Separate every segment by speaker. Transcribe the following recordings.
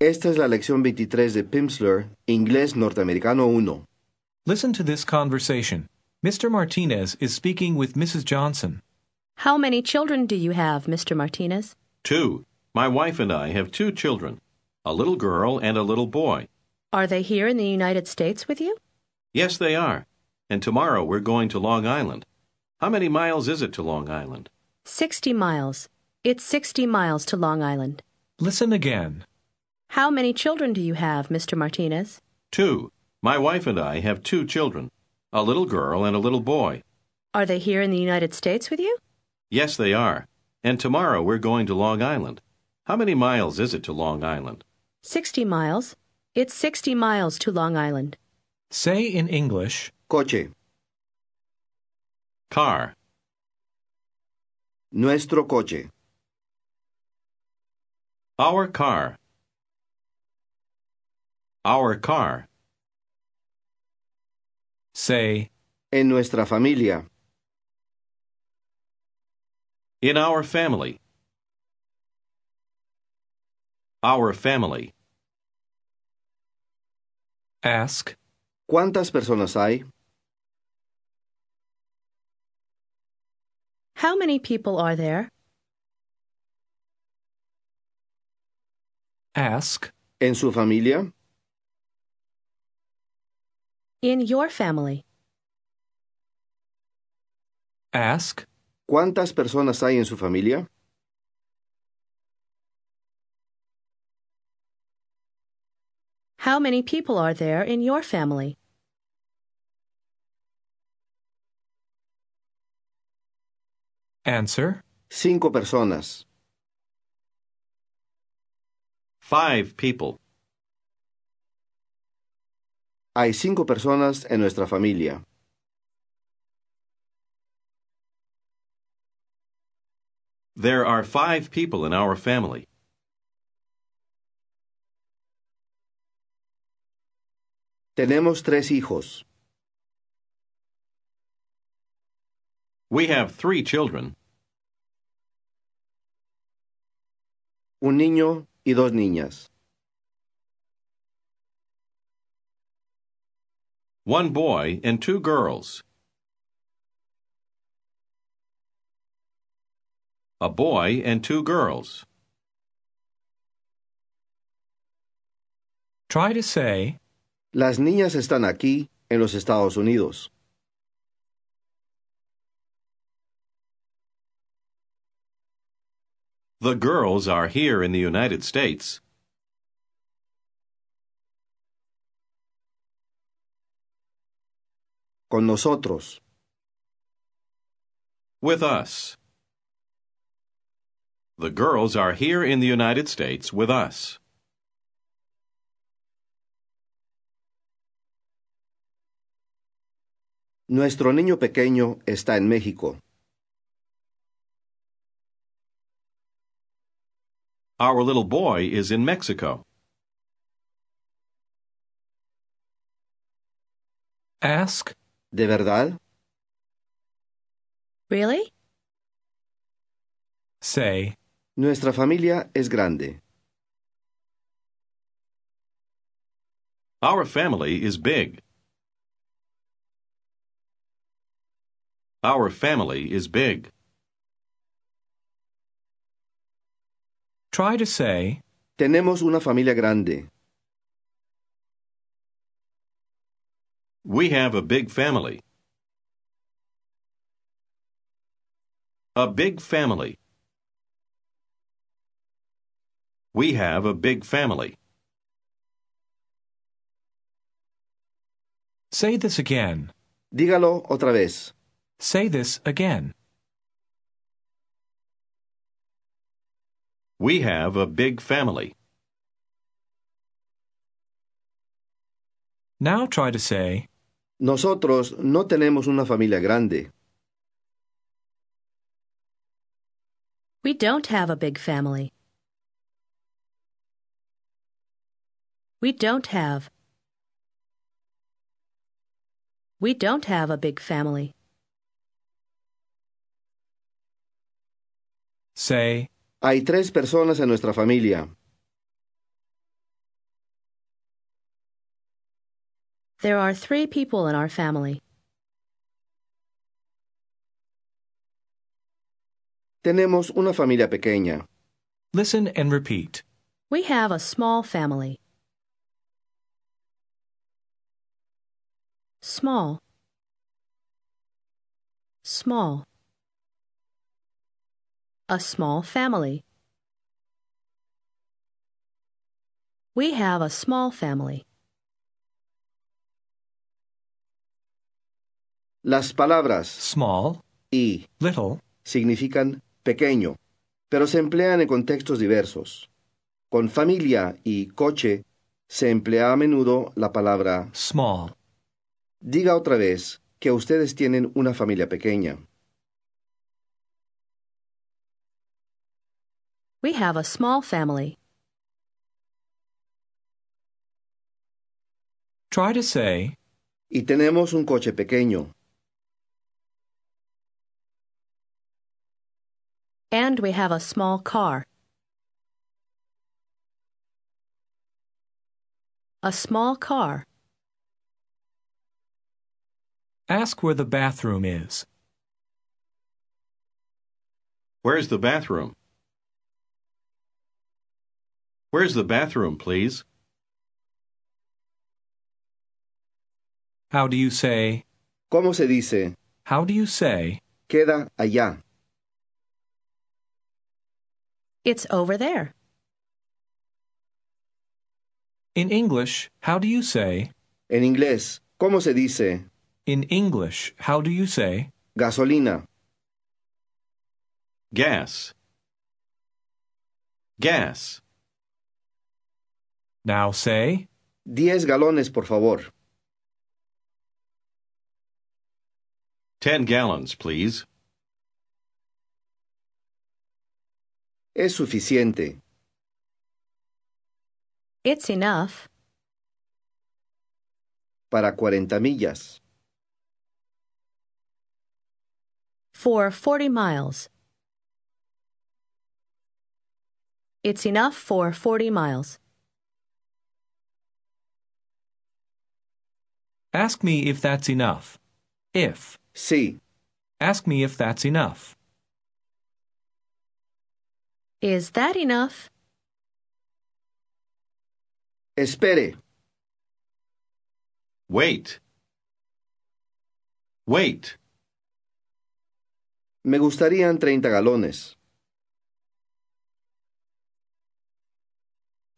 Speaker 1: Esta es la lección 23 de Pimsleur, Inglés Norteamericano 1.
Speaker 2: Listen to this conversation. Mr. Martinez is speaking with Mrs. Johnson.
Speaker 3: How many children do you have, Mr. Martinez?
Speaker 4: Two. My wife and I have two children, a little girl and a little boy.
Speaker 3: Are they here in the United States with you?
Speaker 4: Yes, they are. And tomorrow we're going to Long Island. How many miles is it to Long Island?
Speaker 3: Sixty miles. It's sixty miles to Long Island.
Speaker 2: Listen again.
Speaker 3: How many children do you have, Mr. Martinez?
Speaker 4: Two. My wife and I have two children, a little girl and a little boy.
Speaker 3: Are they here in the United States with you?
Speaker 4: Yes, they are. And tomorrow we're going to Long Island. How many miles is it to Long Island?
Speaker 3: Sixty miles. It's sixty miles to Long Island.
Speaker 2: Say in English,
Speaker 1: Coche.
Speaker 4: Car.
Speaker 1: Nuestro coche.
Speaker 4: Our car. Our car.
Speaker 2: say,
Speaker 1: En nuestra familia.
Speaker 4: In our family. Our family.
Speaker 2: ask,
Speaker 1: ¿Cuántas personas hay?
Speaker 3: How many people are there?
Speaker 2: ask,
Speaker 1: ¿En su familia?
Speaker 3: In your family.
Speaker 2: ask,
Speaker 1: ¿Cuántas personas hay en su familia?
Speaker 3: How many people are there in your family?
Speaker 2: answer,
Speaker 1: Cinco personas.
Speaker 4: Five people.
Speaker 1: Hay cinco personas en nuestra familia.
Speaker 4: There are five people in our family.
Speaker 1: Tenemos tres hijos.
Speaker 4: We have three children,
Speaker 1: Un niño y dos niñas.
Speaker 4: one boy and two girls. A boy and two girls.
Speaker 2: try to say,
Speaker 1: Las niñas están aquí, en los Estados Unidos.
Speaker 4: The girls are here in the United States.
Speaker 1: Con nosotros.
Speaker 4: With us. The girls are here in the United States with us.
Speaker 1: Nuestro niño pequeño está en México.
Speaker 4: Our little boy is in Mexico.
Speaker 2: ask,
Speaker 1: ¿De verdad?
Speaker 3: Really?
Speaker 2: say,
Speaker 1: Nuestra familia es grande.
Speaker 4: Our family is big. Our family is big.
Speaker 2: try to say,
Speaker 1: Tenemos una familia grande.
Speaker 4: We have a big family. A big family. We have a big family.
Speaker 2: say this again,
Speaker 1: Dígalo otra vez.
Speaker 2: say this again,
Speaker 4: We have a big family.
Speaker 2: now try to say,
Speaker 1: Nosotros no tenemos una familia grande.
Speaker 3: We don't have a big family. We don't have. We don't have a big family.
Speaker 2: say,
Speaker 1: Hay tres personas en nuestra familia.
Speaker 3: There are three people in our family.
Speaker 1: Tenemos una familia pequeña.
Speaker 2: Listen and repeat.
Speaker 3: We have a small family. Small. Small. A small family. We have a small family.
Speaker 1: Las palabras
Speaker 2: Small,
Speaker 1: y
Speaker 2: little,
Speaker 1: significan pequeño, pero se emplean en contextos diversos. Con familia y coche se emplea a menudo la palabra
Speaker 2: small.
Speaker 1: Diga otra vez que ustedes tienen una familia pequeña.
Speaker 3: We have a small family.
Speaker 2: Try to say,
Speaker 1: Y tenemos un coche pequeño.
Speaker 3: And we have a small car. A small car.
Speaker 2: ask where the bathroom is.
Speaker 4: Where's the bathroom? Where's the bathroom, please?
Speaker 2: How do you say,
Speaker 1: ¿Cómo se dice?
Speaker 2: how do you say,
Speaker 1: Queda allá.
Speaker 3: It's over there.
Speaker 2: in English, how do you say,
Speaker 1: En inglés, ¿cómo se dice?
Speaker 2: in English, how do you say,
Speaker 1: Gasolina.
Speaker 4: Gas. Gas.
Speaker 2: now say,
Speaker 1: Diez galones, por favor.
Speaker 4: Ten gallons, please.
Speaker 1: Es suficiente.
Speaker 3: It's enough.
Speaker 1: Para 40 millas.
Speaker 3: For 40 miles. It's enough for 40 miles.
Speaker 2: ask me if that's enough. If,
Speaker 1: Sí.
Speaker 2: ask me if that's enough.
Speaker 3: Is that enough?
Speaker 1: Espere.
Speaker 4: Wait. Wait.
Speaker 1: Me gustarían 30 galones.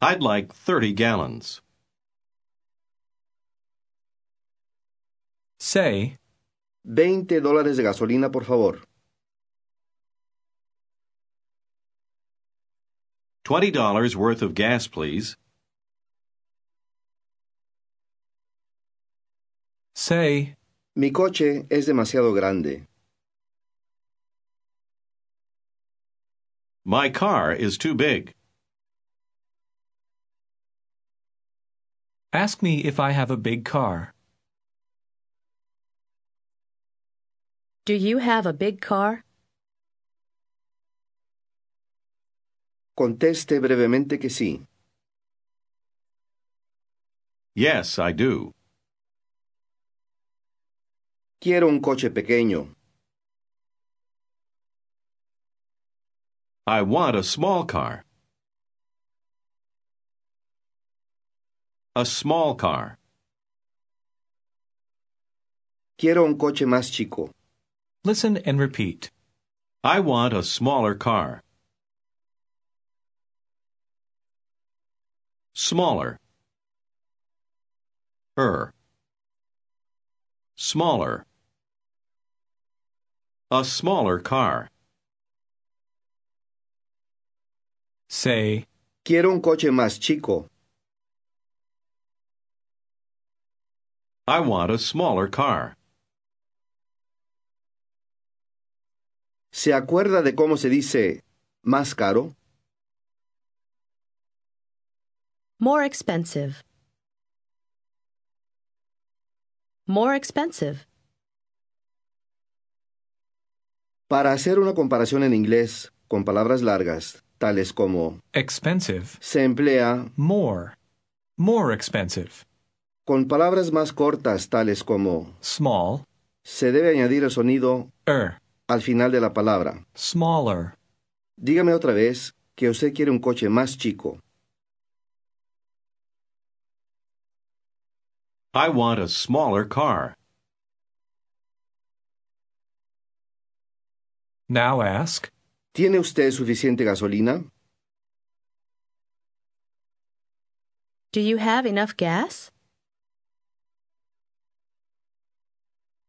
Speaker 4: I'd like 30 gallons.
Speaker 2: Say,
Speaker 1: 20 dólares de gasolina, por favor.
Speaker 4: $20 worth of gas, please.
Speaker 2: say,
Speaker 1: Mi coche es demasiado grande.
Speaker 4: My car is too big.
Speaker 2: ask me if I have a big car.
Speaker 3: Do you have a big car?
Speaker 1: Conteste brevemente que sí.
Speaker 4: Yes, I do.
Speaker 1: Quiero un coche pequeño.
Speaker 4: I want a small car. A small car.
Speaker 1: Quiero un coche más chico.
Speaker 2: Listen and repeat.
Speaker 4: I want a smaller car. Smaller. Er. Smaller. A smaller car.
Speaker 2: Say,
Speaker 1: Quiero un coche más chico.
Speaker 4: I want a smaller car.
Speaker 1: ¿Se acuerda de cómo se dice más caro?
Speaker 3: More expensive. More expensive.
Speaker 1: Para hacer una comparación en inglés con palabras largas, tales como
Speaker 2: expensive,
Speaker 1: se emplea
Speaker 2: more, more expensive.
Speaker 1: Con palabras más cortas tales como
Speaker 2: small,
Speaker 1: se debe añadir el sonido
Speaker 2: er,
Speaker 1: al final de la palabra.
Speaker 2: smaller.
Speaker 1: Dígame otra vez que usted quiere un coche más chico.
Speaker 4: I want a smaller car.
Speaker 2: Now ask,
Speaker 1: ¿Tiene usted suficiente gasolina?
Speaker 3: Do you have enough gas?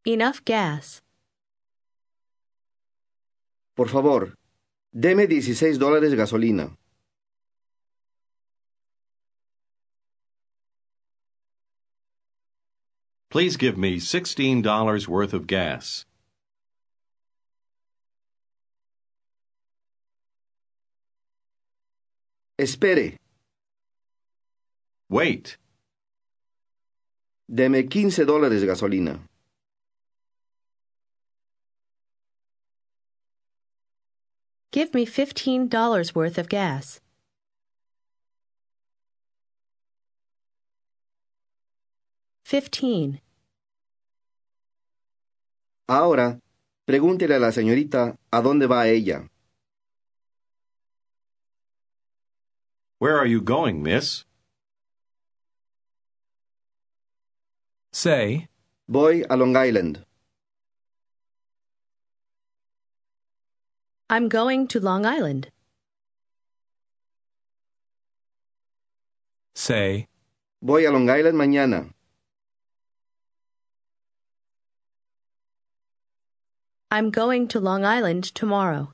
Speaker 3: Enough gas.
Speaker 1: Por favor, deme 16 dólares gasolina.
Speaker 4: Please give me $16 worth of gas.
Speaker 1: Espere,
Speaker 4: Wait.
Speaker 1: deme 15 dólares gasolina.
Speaker 3: Give me $15 worth of gas. Fifteen.
Speaker 1: Ahora, pregúntele a la señorita a dónde va ella.
Speaker 4: Where are you going, miss?
Speaker 2: say,
Speaker 1: Voy a Long Island.
Speaker 3: I'm going to Long Island.
Speaker 2: say,
Speaker 1: Voy a Long Island mañana.
Speaker 3: I'm going to Long Island tomorrow.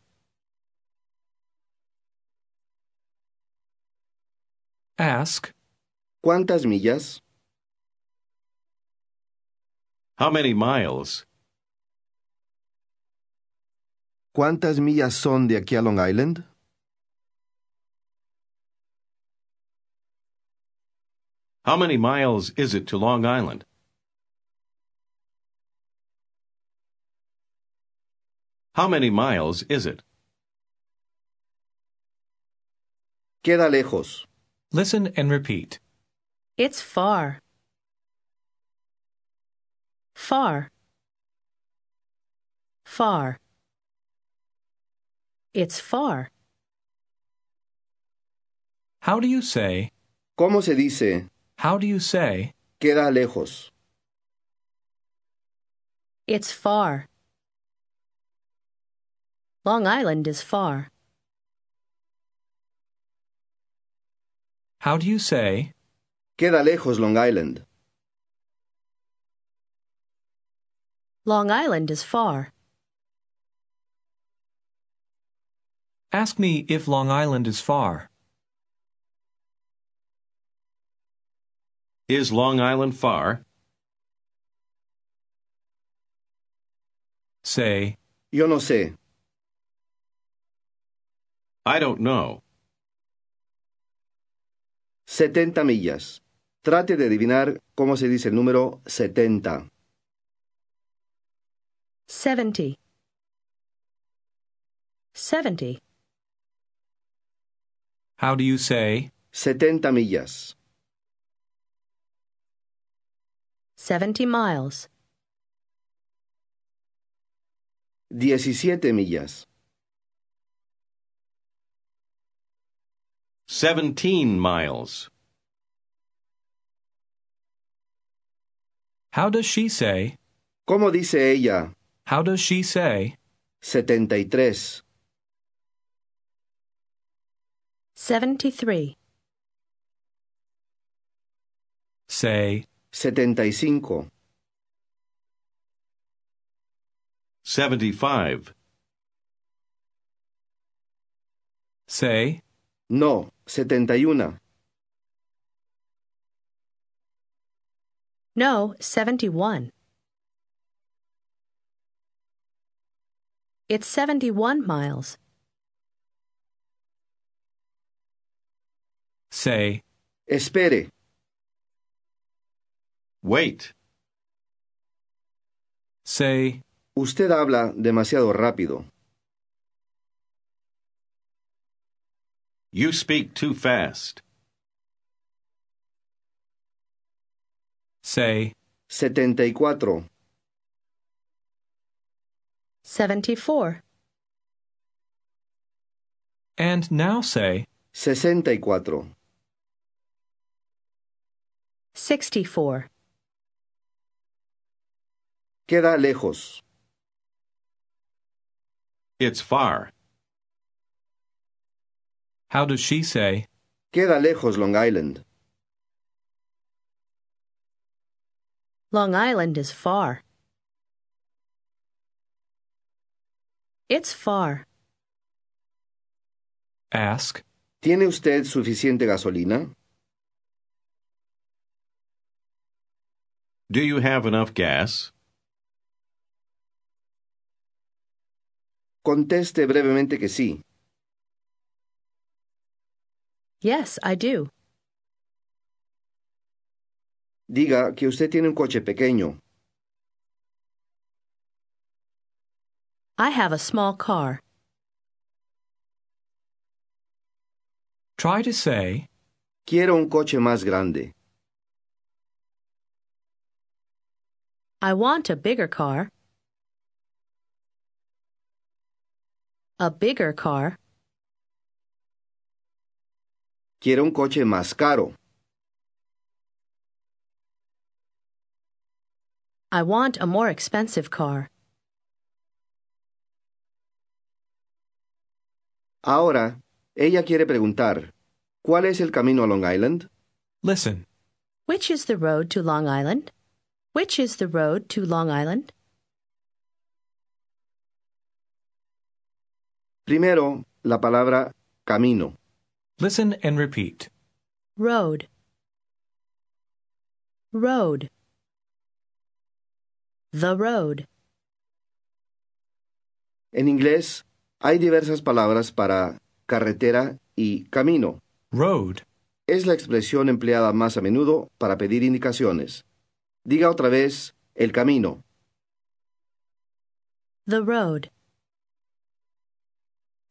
Speaker 2: ask,
Speaker 1: ¿Cuántas millas?
Speaker 4: How many miles?
Speaker 1: ¿Cuántas millas son de aquí a Long Island?
Speaker 4: How many miles is it to Long Island? How many miles is it?
Speaker 1: Queda lejos.
Speaker 2: listen and repeat.
Speaker 3: It's far. Far. Far. It's far.
Speaker 2: How do you say,
Speaker 1: ¿Cómo se dice
Speaker 2: how do you say,
Speaker 1: queda lejos?
Speaker 3: It's far. Long Island is far.
Speaker 2: how do you say,
Speaker 1: Queda lejos Long Island.
Speaker 3: Long Island is far.
Speaker 2: ask me if Long Island is far?
Speaker 4: Is Long Island far?
Speaker 2: say,
Speaker 1: Yo no sé.
Speaker 4: I don't know.
Speaker 1: 70 millas. Trate de adivinar cómo se dice el número 70.
Speaker 3: 70. 70.
Speaker 2: how do you say,
Speaker 1: 70 millas.
Speaker 3: 70 miles.
Speaker 1: 17 millas.
Speaker 4: 17 miles.
Speaker 2: how does she say,
Speaker 1: ¿Cómo dice ella?
Speaker 2: how does she say,
Speaker 1: 73.
Speaker 3: 73.
Speaker 2: say,
Speaker 1: 75.
Speaker 4: 75.
Speaker 2: say,
Speaker 1: No, 71.
Speaker 3: No, 71. It's 71 miles.
Speaker 2: say,
Speaker 1: Espere.
Speaker 4: Wait.
Speaker 2: say,
Speaker 1: Usted habla demasiado rápido.
Speaker 4: You speak too fast.
Speaker 2: Say,
Speaker 1: 74,
Speaker 3: 74,
Speaker 2: and now say,
Speaker 1: 64,
Speaker 3: 64,
Speaker 1: queda lejos,
Speaker 4: It's far.
Speaker 2: How does she say?
Speaker 1: queda lejos Long Island,
Speaker 3: Long Island is far. It's far.
Speaker 2: Ask,
Speaker 1: ¿tiene usted suficiente gasolina?
Speaker 4: Do you have enough gas?
Speaker 1: Conteste brevemente que sí.
Speaker 3: Yes, I do.
Speaker 1: Diga que usted tiene un coche pequeño.
Speaker 3: I have a small car.
Speaker 2: try to say,
Speaker 1: Quiero un coche más grande.
Speaker 3: I want a bigger car. A bigger car.
Speaker 1: Quiero un coche más caro.
Speaker 3: I want a more expensive car.
Speaker 1: Ahora, ella quiere preguntar, ¿cuál es el camino a Long Island?
Speaker 2: listen,
Speaker 3: Which is the road to Long Island? Which is the road to Long Island?
Speaker 1: Primero, la palabra camino.
Speaker 2: listen and repeat.
Speaker 3: Road. Road. The road.
Speaker 1: En inglés, hay diversas palabras para carretera y camino.
Speaker 2: Road,
Speaker 1: Es la expresión empleada más a menudo para pedir indicaciones. Diga otra vez, el camino.
Speaker 3: The road.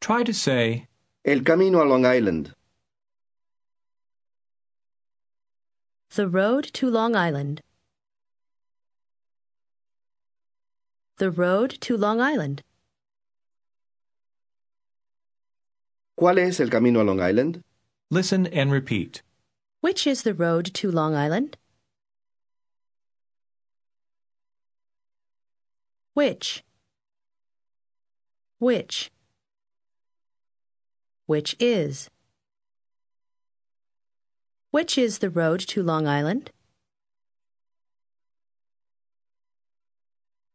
Speaker 2: try to say,
Speaker 1: El camino a Long Island.
Speaker 3: The road to Long Island. The road to Long Island.
Speaker 1: ¿Cuál es el camino a Long Island?
Speaker 2: listen and repeat.
Speaker 3: Which is the road to Long Island? Which? Which? Which is? Which is the road to Long Island?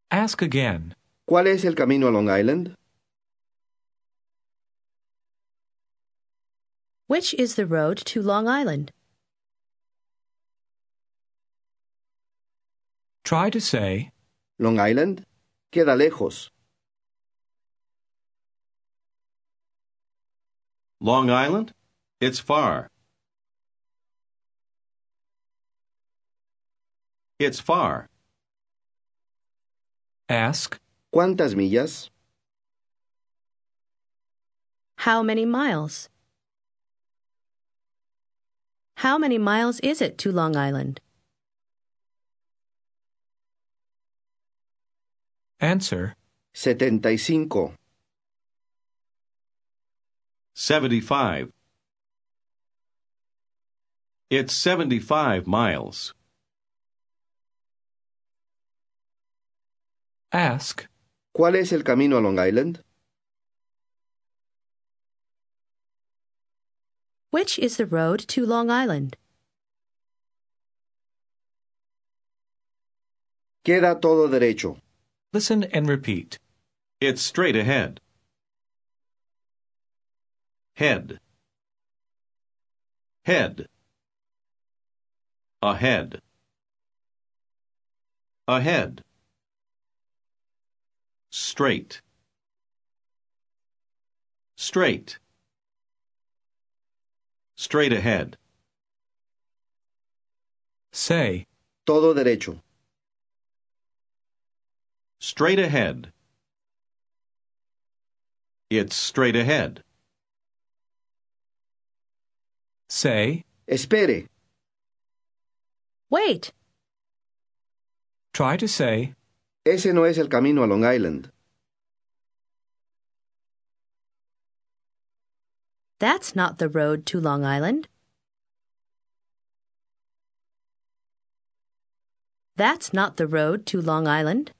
Speaker 2: Ask again.
Speaker 1: ¿Cuál es el camino a Long Island?
Speaker 3: Which is the road to Long Island?
Speaker 2: Try to say,
Speaker 1: Long Island queda lejos.
Speaker 4: Long Island? It's far. It's far.
Speaker 2: ask,
Speaker 1: ¿Cuántas millas?
Speaker 3: How many miles? How many miles is it to Long Island?
Speaker 2: answer,
Speaker 1: 75.
Speaker 4: 75. It's 75 miles.
Speaker 2: ask,
Speaker 1: ¿Cuál es el camino a Long Island?
Speaker 3: Which is the road to Long Island?
Speaker 1: Queda todo derecho.
Speaker 2: listen and repeat.
Speaker 4: It's straight ahead. Head. Head. Ahead. Ahead. Straight. Straight. Straight ahead.
Speaker 2: Say,
Speaker 1: Todo derecho.
Speaker 4: Straight ahead. It's straight ahead.
Speaker 2: say,
Speaker 1: Espere.
Speaker 3: Wait!
Speaker 2: Try to say,
Speaker 1: Ese no es el camino a Long Island.
Speaker 3: That's not the road to Long Island. That's not the road to Long Island.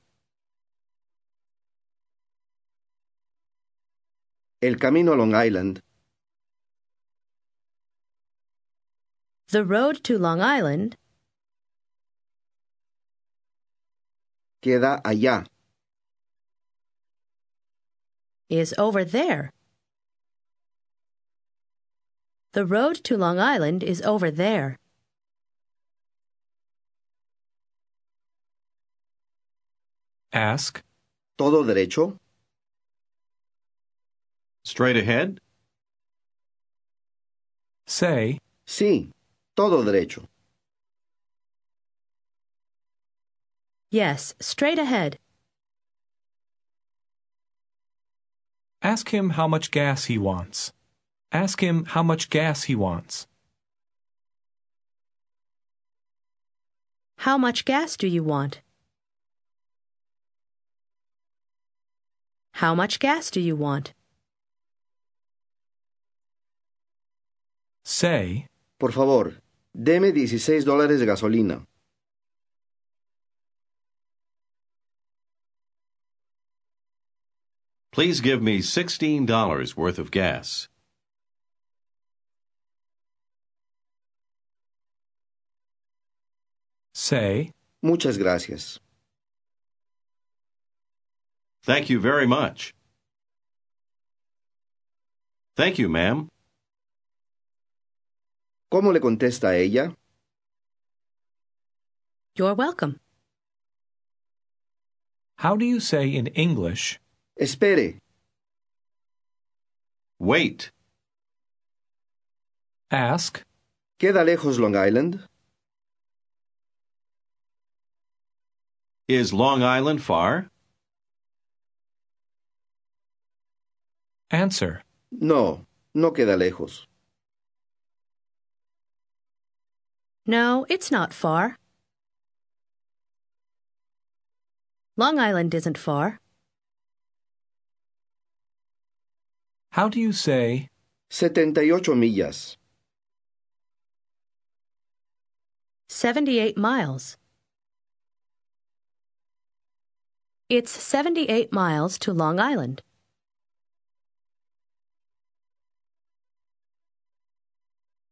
Speaker 1: El camino a Long Island
Speaker 3: The road to Long Island
Speaker 1: queda allá.
Speaker 3: is over there. The road to Long Island is over there.
Speaker 2: ask,
Speaker 1: ¿Todo derecho?
Speaker 4: Straight ahead?
Speaker 2: say,
Speaker 1: Sí, todo derecho.
Speaker 3: Yes, straight ahead.
Speaker 2: ask him how much gas he wants. Ask him how much gas he wants.
Speaker 3: How much gas do you want? How much gas do you want?
Speaker 2: Say,
Speaker 1: Por favor, deme 16 dólares de gasolina.
Speaker 4: Please give me $16 worth of gas.
Speaker 2: say,
Speaker 1: Muchas gracias.
Speaker 4: Thank you very much. Thank you, ma'am.
Speaker 1: ¿Cómo le contesta ella?
Speaker 3: You're welcome.
Speaker 2: how do you say in English,
Speaker 1: Espere,
Speaker 4: Wait.
Speaker 2: ask,
Speaker 1: ¿queda lejos Long Island?
Speaker 4: Is Long Island far?
Speaker 2: answer,
Speaker 1: No, no queda lejos.
Speaker 3: No, it's not far. Long Island isn't far.
Speaker 2: how do you say,
Speaker 1: 78 millas.
Speaker 3: 78 miles. It's 78 miles to Long Island.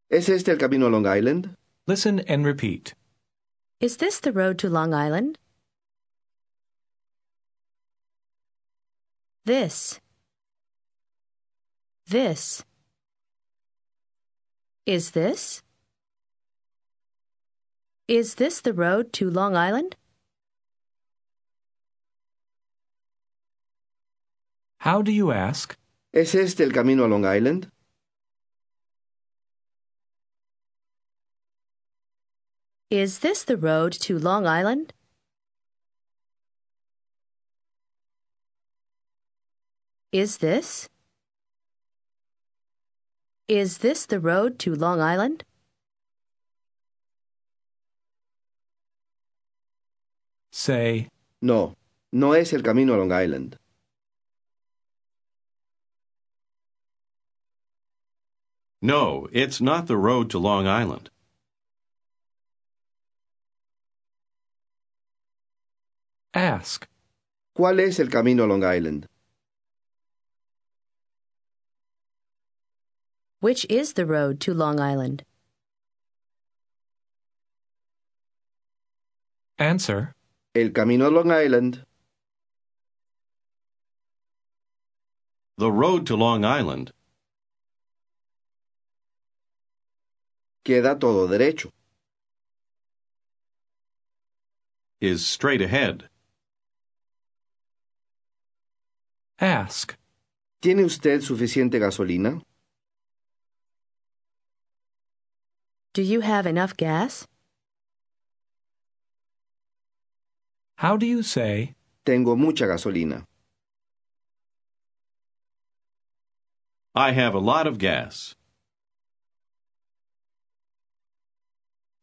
Speaker 1: ¿Es este el camino a Long Island?
Speaker 2: listen and repeat?
Speaker 3: Is this the road to Long Island? This. This. Is this? Is this the road to Long Island?
Speaker 2: How do you ask,
Speaker 1: ¿Es este el camino a Long Island?
Speaker 3: Is this the road to Long Island? Is this? Is this the road to Long Island?
Speaker 2: say,
Speaker 1: No, no es el camino a Long Island.
Speaker 4: No, it's not the road to Long Island.
Speaker 2: ask,
Speaker 1: ¿Cuál es el camino a Long Island?
Speaker 3: Which is the road to Long Island?
Speaker 2: answer,
Speaker 1: El camino a Long Island
Speaker 4: The road to Long Island
Speaker 1: queda todo derecho.
Speaker 4: is straight ahead.
Speaker 2: ask,
Speaker 1: ¿Tiene usted suficiente gasolina?
Speaker 3: Do you have enough gas?
Speaker 2: how do you say,
Speaker 1: Tengo mucha gasolina.
Speaker 4: I have a lot of gas.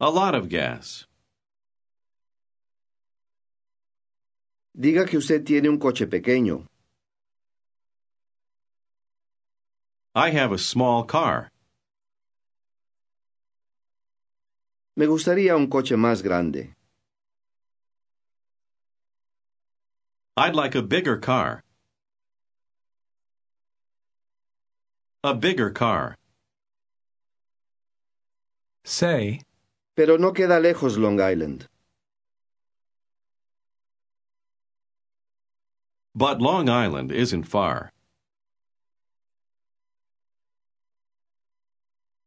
Speaker 4: A lot of gas.
Speaker 1: Diga que usted tiene un coche pequeño.
Speaker 4: I have a small car.
Speaker 1: Me gustaría un coche más grande.
Speaker 4: I'd like a bigger car. A bigger car.
Speaker 2: Say,
Speaker 1: Pero no queda lejos Long Island.
Speaker 4: But Long Island isn't far.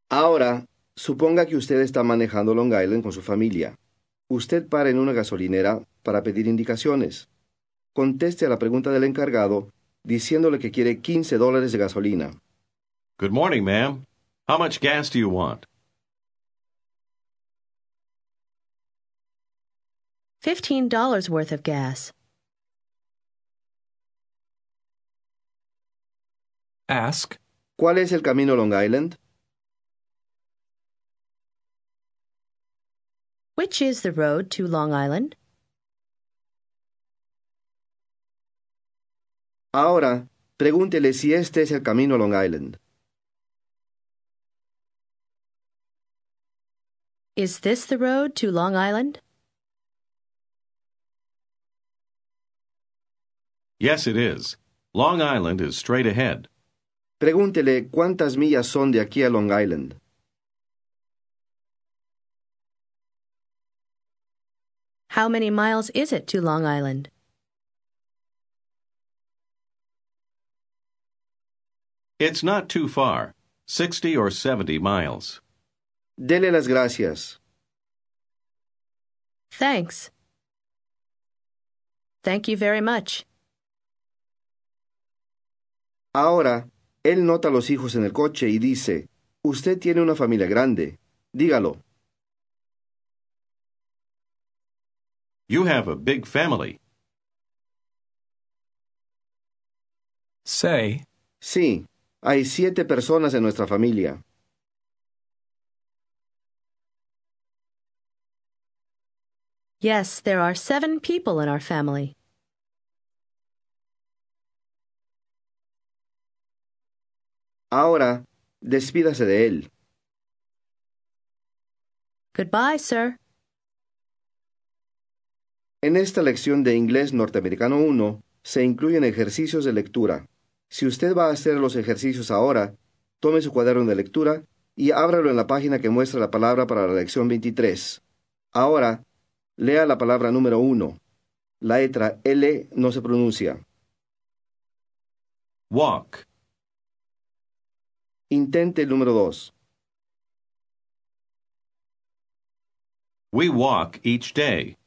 Speaker 1: Ahora, suponga que usted está manejando Long Island con su familia. Usted para en una gasolinera para pedir indicaciones. Conteste a la pregunta del encargado diciéndole que quiere 15 dólares de gasolina.
Speaker 4: Good morning, ma'am. How much gas do you want?
Speaker 3: $15 worth of gas.
Speaker 2: ask,
Speaker 1: ¿Cuál es el camino a Long Island?
Speaker 3: Which is the road to Long Island?
Speaker 1: Ahora, pregúntele si este es el camino a Long Island.
Speaker 3: Is this the road to Long Island?
Speaker 4: Yes, it is. Long Island is straight ahead.
Speaker 1: Pregúntele cuántas millas son de aquí a Long Island.
Speaker 3: How many miles is it to Long Island?
Speaker 4: It's not too far 60 or 70 miles.
Speaker 1: Dele las gracias.
Speaker 3: Thanks. Thank you very much.
Speaker 1: Ahora, él nota a los hijos en el coche y dice, usted tiene una familia grande. Dígalo.
Speaker 4: You have a big family.
Speaker 2: say,
Speaker 1: Sí, hay siete personas en nuestra familia.
Speaker 3: Yes, there are seven people in our family.
Speaker 1: Ahora, despídase de él.
Speaker 3: Goodbye, sir.
Speaker 1: En esta lección de inglés norteamericano 1 se incluyen ejercicios de lectura. Si usted va a hacer los ejercicios ahora, tome su cuaderno de lectura y ábralo en la página que muestra la palabra para la lección 23. Ahora, lea la palabra número 1. La letra L no se pronuncia.
Speaker 4: Walk.
Speaker 1: Intente el número 2.
Speaker 4: We walk each day.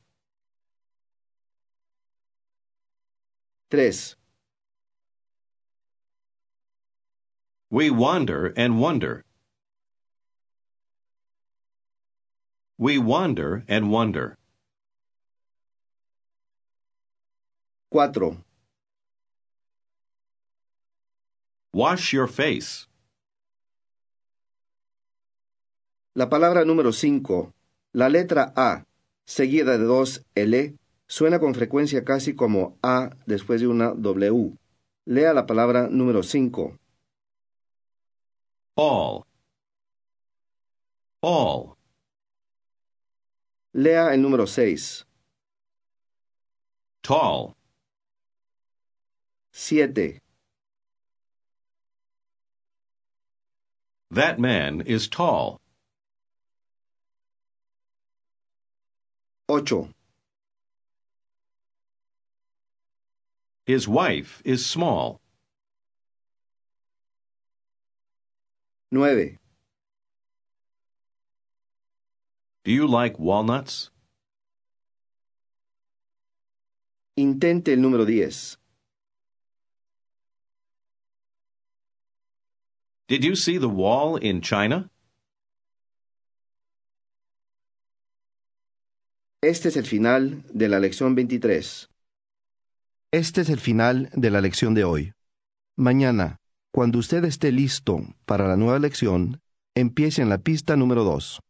Speaker 1: 3.
Speaker 4: We wander and wonder. We wander and wonder.
Speaker 1: 4.
Speaker 4: Wash your face.
Speaker 1: La palabra número 5, la letra A, seguida de dos L, suena con frecuencia casi como A después de una W. Lea la palabra número 5.
Speaker 4: All. All.
Speaker 1: Lea el número 6.
Speaker 4: Tall.
Speaker 1: 7.
Speaker 4: That man is tall.
Speaker 1: 8.
Speaker 4: His wife is small.
Speaker 1: 9.
Speaker 4: Do you like walnuts?
Speaker 1: Intente el número 10.
Speaker 4: Did you see the wall in China?
Speaker 1: Este es el final de la lección 23. Este es el final de la lección de hoy. Mañana, cuando usted esté listo para la nueva lección, empiece en la pista número 2.